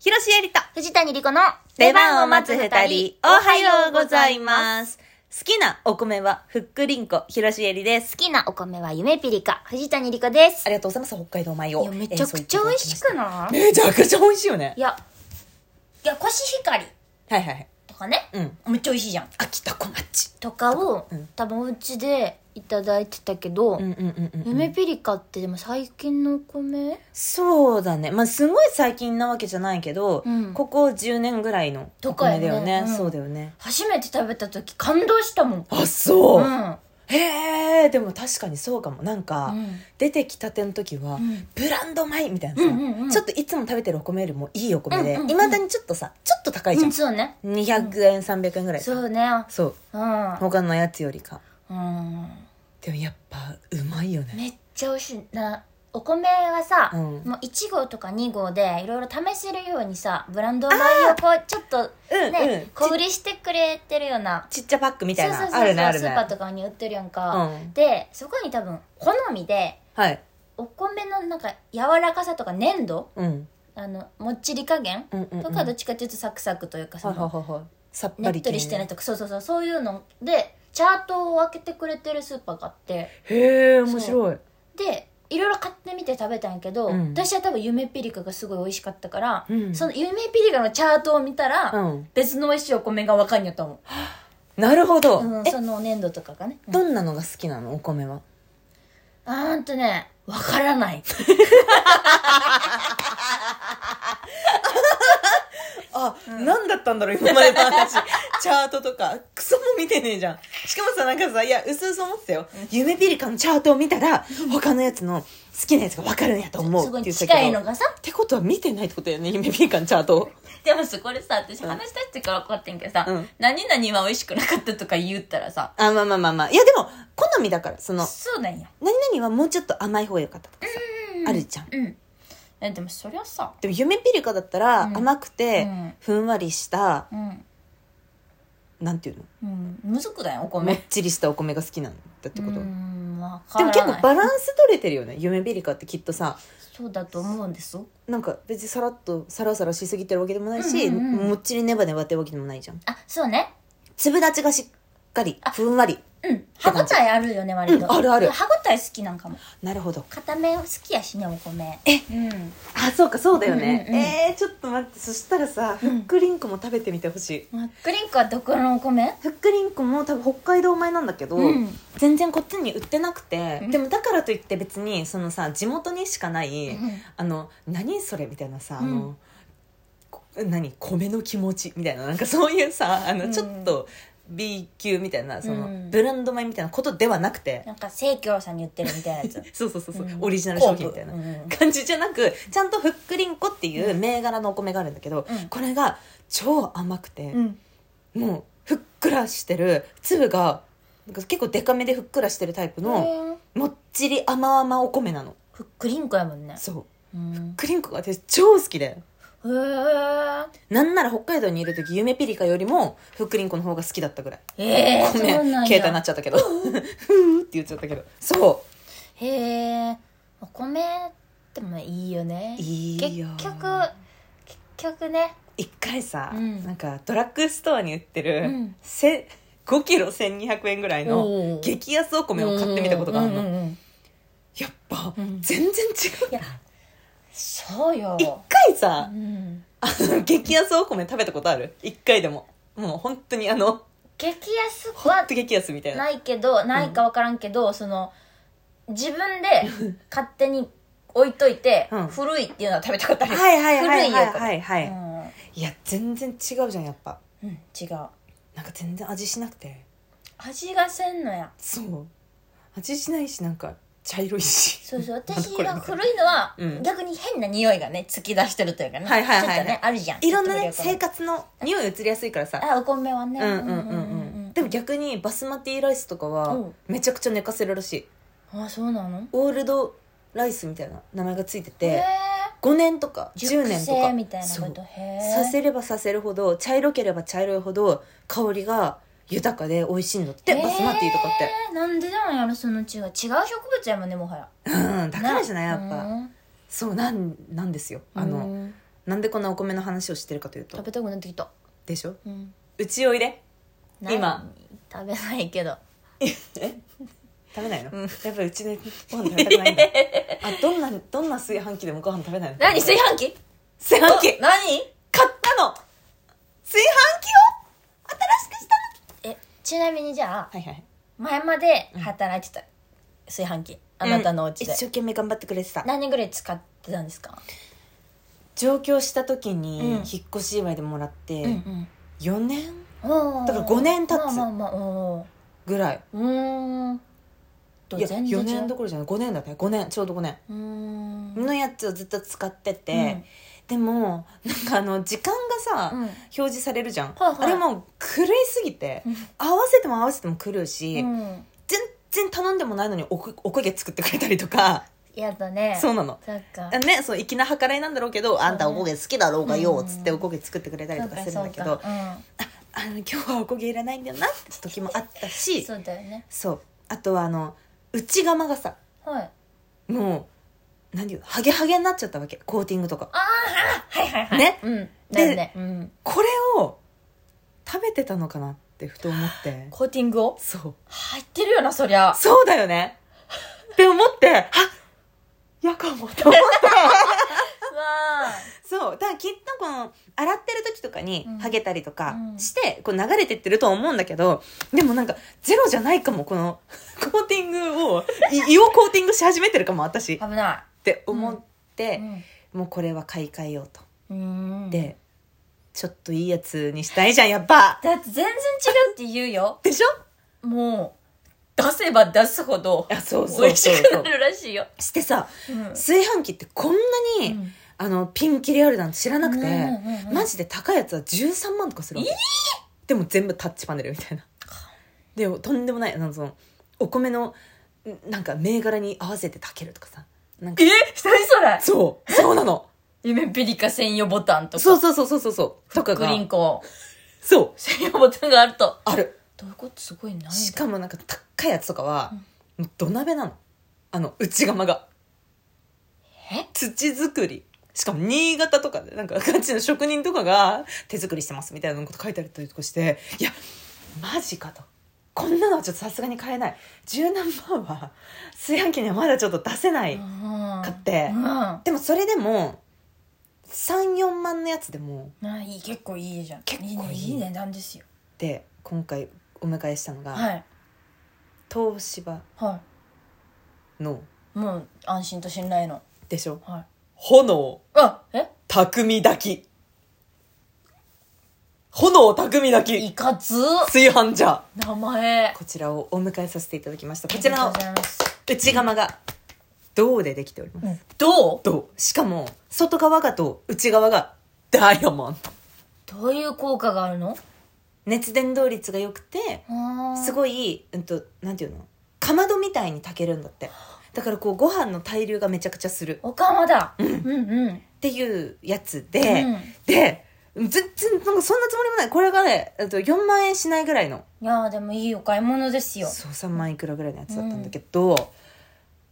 ひろしえりと、藤谷莉子の出番を待つ二人、おはようございます。好きなお米は、ふっくりんこ、ひろしえりです。好きなお米は夢ぴりか、藤谷莉子です。ありがとうございます、北海道米いを。や、めちゃくちゃ美味しくないめちゃくちゃ美味しいよねい。や、いや、コシヒカリはいはいはい。とかね、うん。めっちゃ美味しいじゃん。秋田小町。とかを、うん多分お家でいただいてたけど、うんうんうんうん。夢ぴりかってでも最近のお米そうだね。まあ、すごい最近なわけじゃないけど、うんここ10年ぐらいのおとか米よだねよね。うんそうだよね。初めて食べた時感動したもん。あ、そうう、ん。へえ、でも確かにそうかも。なんか、うん出てきたての時は、うんブランド米みたいなさ、うんうんうんちょっといつも食べてるお米よりもいいお米で、うんうんうんいまだにちょっとさ、ちょっと高いじうゃん。ん、そうね。 200円、300円ぐらい。そうね。そう。うん。他のやつよりか。うん。でもやっぱ、うまいよね。めっちゃ美味しいなお米はさ、うんもう1号とか2号でいろいろ試せるようにさブランド米をこうちょっとうんね、うん小売りしてくれてるようなちっちゃパックみたいな。そうそうそうあるね、あるスーパーね。とかに売ってるやんか、うんでそこに多分好みではい。お米のなんか柔らかさとか粘度うん。あのもっちり加減うんうん、うん。とかどっちかっていうとサクサクというかそはいはいのはいはい。さっねぱっりと系りしてないとかそうそうそうそういうのでチャートを分けてくれてるスーパーがあってへえ、面白い。でいろいろ買ってみて食べたんやけど、うん私は多分夢ピリカがすごい美味しかったから、うんその夢ピリカのチャートを見たら、うん。別の美味しいお米が分かんやと思なるほど。う、うん、え、その粘土とかがね、うんどんなのが好きなのお米は。あーんとね分からないあ、何だったんだろう今までの 話チャートとかクソも見てねえじゃんしかもさなんかさいやうすうす思ってたよ夢ピリカのチャートを見たら他のやつの好きなやつが分かるんやと思うすごっいて言ってた近けいどのっがさてことは見てないってことだよね夢ピリカのチャートをでもさこれさ私ん話したってから分かってんけどさ、うん何々は美味しくなかったとか言ったらさあまあまあまあまあいやでも好みだからそのそうなんや何々はもうちょっと甘い方が良かったとかさあるじゃんうんえでもそりゃさでも夢ピリカだったらうん甘くてうんふんわりしたうんなんていうのうんむずくだよおもっ米ちりしたお米が好きなんだってうことんわかでらもない結構バランス取れてるよね夢ピリカってきっとさそうだと思うんですなんか別にさらっとさらさらしすぎてるわけでもないし、うんうんうんもっちりネバネバってわけでもないじゃんあそうね粒立ちがしっかりふんわりうん歯応えあるよね割と、うんあるある歯応え好きなんかもなるほど固め好きやしねお米えうんあそうかそうだよね、うんうんうんえー、ちょっと待ってそしたらさふうんっくりんこも食べてみてほしい、マックリンクはどこのお米ふっくりんこも多分北海道米なんだけど、うん全然こっちに売ってなくて、うんでもだからといって別にそのさ地元にしかない、うんあの何それみたいなさ、あうのこ何米の気持ちみたいななんかそういうさあうのんちょっと B 級みたいなその、うんブランド米みたいなことではなくて、なんか清京さんに言ってるみたいなやつそうそうそうそう、うんオリジナル商品みたいなコープうん感じじゃなくちゃんとふっくりんこっていう銘柄のお米があるんだけど、うんこれが超甘くて、うんもうふっくらしてる粒がなんか結構デカめでふっくらしてるタイプの、うんもっちり甘々お米なのふっくりんこやもんねそううんクリンコが私超好きでへ ーなんなら北海道にいる時夢ピリカよりもふっくりんこの方が好きだったぐらいえー、ごめそうんなん携帯なやっちゃったけどふーって言っちゃったけどそへえお米でもいいよねういいよ結局結局ね一回さ、うんなんかドラッグストアに売ってる、うんせ5キロ1200円ぐらいおのー激安お米を買ってみたことがあるの、うんうんうんやっぱ、うん全然違いやそうよう一回さう、んあの激安お米食べたことある一回でももう本当にあの激安ほんはと激安みたいなないけどないか分からんけど、その自分で勝手に置いとい て、うん古いっていうのは食べたことある、はいはいはいはい古いよこれはいはい、うんいや全然違うじゃんやっぱうん、違うなんか全然味しなくて味がせんのやそう味しないしなんか茶色い しそうそうなんだ私これが古いのは、うん逆に変な匂いがね突き出してるというかね、はいはいはいはいちょっとねあるじゃんいろんなねちょっ生活の匂い移りやすいからとさあお米はねうんうんうんうんでも逆にバスマティライスとかはうんめちゃくちゃ寝かせるらしいあそうなのオールドライスみたいな名前がついてへて5年とか10熟年と成かみたいなそこうとへえさせればさせるほど茶色ければ茶色いほど香りが豊かで美味しいんだって、バスマティとかってえーなんでなんやろその違う違う植物やもんねもはやうんだからじゃないやっぱ、うんそうなんなんですよあのうんなんでこんなお米の話をしてるかというと食べたくなってきた、でしょうん、うちおいでない今食べないけどえ食べないの、うんやっぱりうちでご飯食べたくないんだあどんな どんな炊飯器でもご飯食べないの何炊飯器炊飯器お何買ったの炊飯器を新しくしたのえちなみにじゃあはいはい前まで働いてた炊飯器あなたのお家で一生懸命頑張ってくれてた何年ぐらい使ってたんですか上京した時うんに引っ越し祝いでもらって、うん4年うんだから五年経つまあまあまあおぐらいーうーんといや全然4違う年どころじゃない5年だね5年ちょうど5年うーんのやつをずっと使ってて、でもなんかあの時間がさ、うん表示されるじゃん、はいはいあれもう狂いすぎて、うん合わせても合わせても狂うし、うん全然頼んでもないのにおこおこげ作ってくれたりとか、やだねそうなのそっかね、そう粋な計らいなんだろうけど、あんたおこげ好きだろうがよ、うんつっておこげ作ってくれたりそとうかかするんだそうけど、かあの今日はおこげいらないんだよなって時もあったうしんそうだよねそうあとはあの内釜がさはいもう何て言うのハゲハゲになっちゃったわけコーティングとかはいはいはいねうんだでよねうんこれを食べてたのかなってふと思ってコーティングをそう入ってるよなそりゃそうだよねって思ってあやかもと思って そうだからきっとこの洗ってる時とかにうんハゲたりとかうんして、こう流れてってるとは思うんだけどでもなんかゼロじゃないかもこのコーティングをい胃をコーティングし始めてるかも私っ危なて思ってい、もうこれは買い替えようと。うんで、ちょっといいやつにしたいじゃん、やっぱだって全然違うって言うよでしょもう出せば出すほどあ、そう美味しくなるらしいよしてさ、うん炊飯器ってこんなに、うんあの、ピンキリあるなんて知らなくて、うんうんうんマジで高いやつは13万とかするわけでも全部タッチパネルみたいな。でも、とんでもない、あの、その、お米の、んなんか、銘柄に合わせて炊けるとかさ。なんかえ、何それそう、そうなの。夢ピリカ専用ボタンとかそうそうそうそうそうそう。とかグがリーン、コーそう、専用ボタンがあるとある。どういうことすごいなしかもなんか高いやつとかは、もう土鍋なのあの内釜がえ土作りしかも新潟とかでなんかガチの職人とかが手作りしてますみたいなこと書いてあったりとかしていやマジかとこんなのはちょっとさすがに買えない十何万は炊飯器にはまだちょっと出せない、買買ってうんあでもそれでも34万のやつでもいい結構いいじゃん結構いいねいい値段ですよで今回お迎えしたのが、はい東芝はのいもう安心と信頼のでしょはい炎あえ匠炊き。炎匠炊いき。かつ炊飯ジャー。名前こちらをお迎えさせていただきました。こちらありのがとうございます内釜が銅でできております。どう銅。しかも、外側が銅、内側がダイヤモンド。どういう効果があるの熱伝導率が良くて、すいごい、うんと、なんていうのかまどみたいに炊けるんだって。だからこう、ご飯の対流がめちゃくちゃする。おかまだうんうんっていうやつで、うんで、全然、なんかそんなつもりもない。これがね、えっと4万円しないぐらいの。いやーでもいいお買い物ですよそう3万いくらぐらいのやつだったんだけど、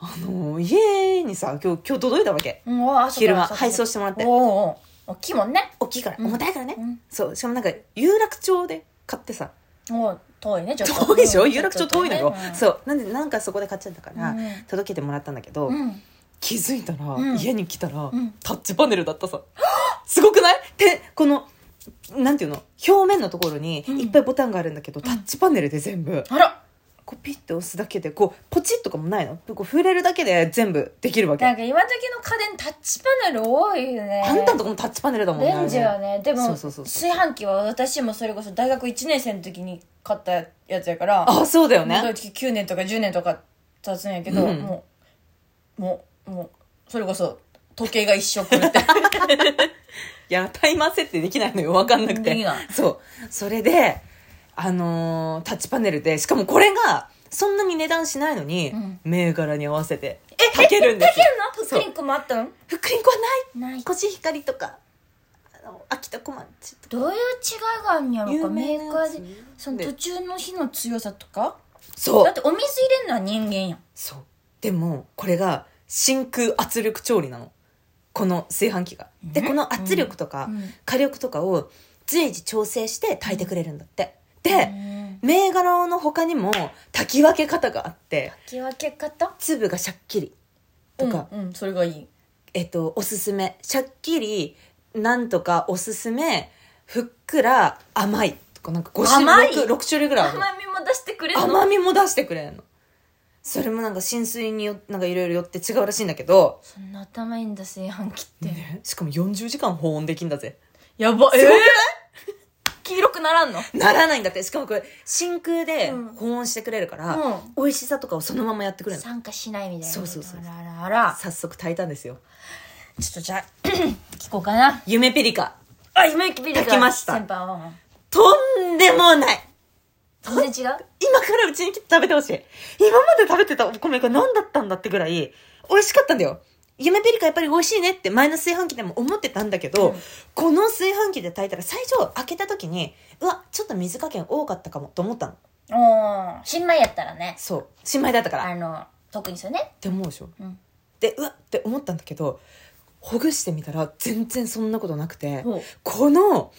あの家にさ今日今日届いたわけうわ朝から昼間朝から配送してもらっておおお大きいもんね大きいから、うん重たいからね、うんそうしかもなんか有楽町で買ってさおう遠いねちょっと遠いでしょ、うん有楽町遠いのよ、ょっそうなんでなんかそこで買っちゃったから、うん届けてもらったんだけど、とねうん気づいたら、うん家に来たら、んタッチパネルだったさすごくないってこのなんていうの表面のところにうんいっぱいボタンがあるんだけど、タッチパネルで全部、あらこうピッて押すだけでこうポチッとかもないのこう触れるだけで全部できるわけなんか今時の家電タッチパネル多いよねあんたんとこもタッチパネルだもんねレンジはねでもそうそうそうそ炊飯器は私もそれこそ大学1年生の時に買ったやつやからあそうだよ もうね9年とか10年とか経つんやけど、うんもうもうもうそれこそ時計が一生狂っていやタイマー設定できないのよ分かんなくてできないそうそれであのータッチパネルでしかもこれがそんなに値段しないのに、うん銘柄に合わせて炊けるんですよのプックリンクもあったのふっくりんこはなないいコシヒカリとかあの秋田小町とかどういう違いがあるんやろうか有名メなーやカつーでそので途中の火の強さとかそだうってお水入れるのは人間やんそうでもこれが真空圧力調理なのこの炊飯器が。で、この圧力とかうん火力とかを随時調整して炊いてくれるんだって。でで、銘柄の他にも炊き分け方があって、き分け方粒がシャッキリとか、うん、うんそれがいいえっと、おすすめ。シャッキリ、なんとかおすすめ、ふっくら、甘い。とか、なんか5甘い種類、6種類ぐらいあるの。甘みも出してくれるの甘みも出してくれんの。それもなんか浸水によなんかいろいろよって違うらしいんだけど、そんな頭いいんだ炊飯器って、ねしかも40時間保温できんだぜ。やばえすごくない黄色くならんのならないんだって。しかもこれ、真空でうん保温してくれるから、うん美味しさとかをそのままやってくれるの。酸化しないみたいなそうそうそうあらあらあら早速炊いたんですよ。ちょっとじゃあ 聞こうかな夢ピリカ。あ今ゆきビリが炊きました先輩はとんでもない全然違う今からうちに来て食べてほしい。今まで食べてたお米が何だったんだってぐらい、美味しかったんだよ。夢ペリカやっぱり美味しいねって前の炊飯器でも思ってたんだけど、うんこの炊飯器で炊いたら最初開けた時に、うわ、ちょっと水加減多かったかもと思ったの。おー新米やったらねそう。新米だったから。っあの特にそうねて思うでしょ。うんで、うわって思ったんだけど、ほぐしてみたら全然そんなことなくて、ほうこの、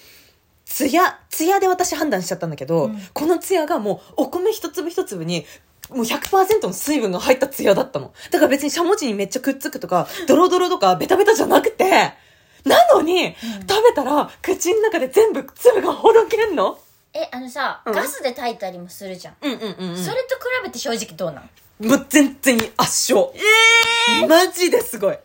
ツヤ、ツヤで私判断しちゃったんだけど、うんこのツヤがもうお米一粒一粒に、もう100%の水分が入ったツヤだったの。だから別にしゃもじにめっちゃくっつくとか、ドロドロとかベタベタじゃなくて、なのに、食べたら口の中で全部粒がほどけんのえあのさ、うんガスで炊いたりもするじゃん、うんうんうん、それと比べて正直どうなんもう全然圧勝。ええマジですごい。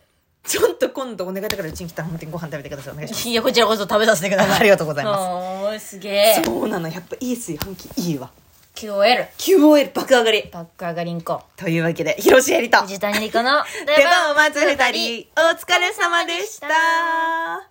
ちょっと今度お願いだからうちに来たら本当にご飯食べてください。お願いします。いやこちらこそ食べさせてくだ ありがとうございま おーすげえす。そうなの。やっぱいい炊飯器いいわ。 QOL QOL 爆上がり。バック上がりんこというわけで、広瀬エリと、藤谷莉子の出番を待つ二人、お疲れ様でした。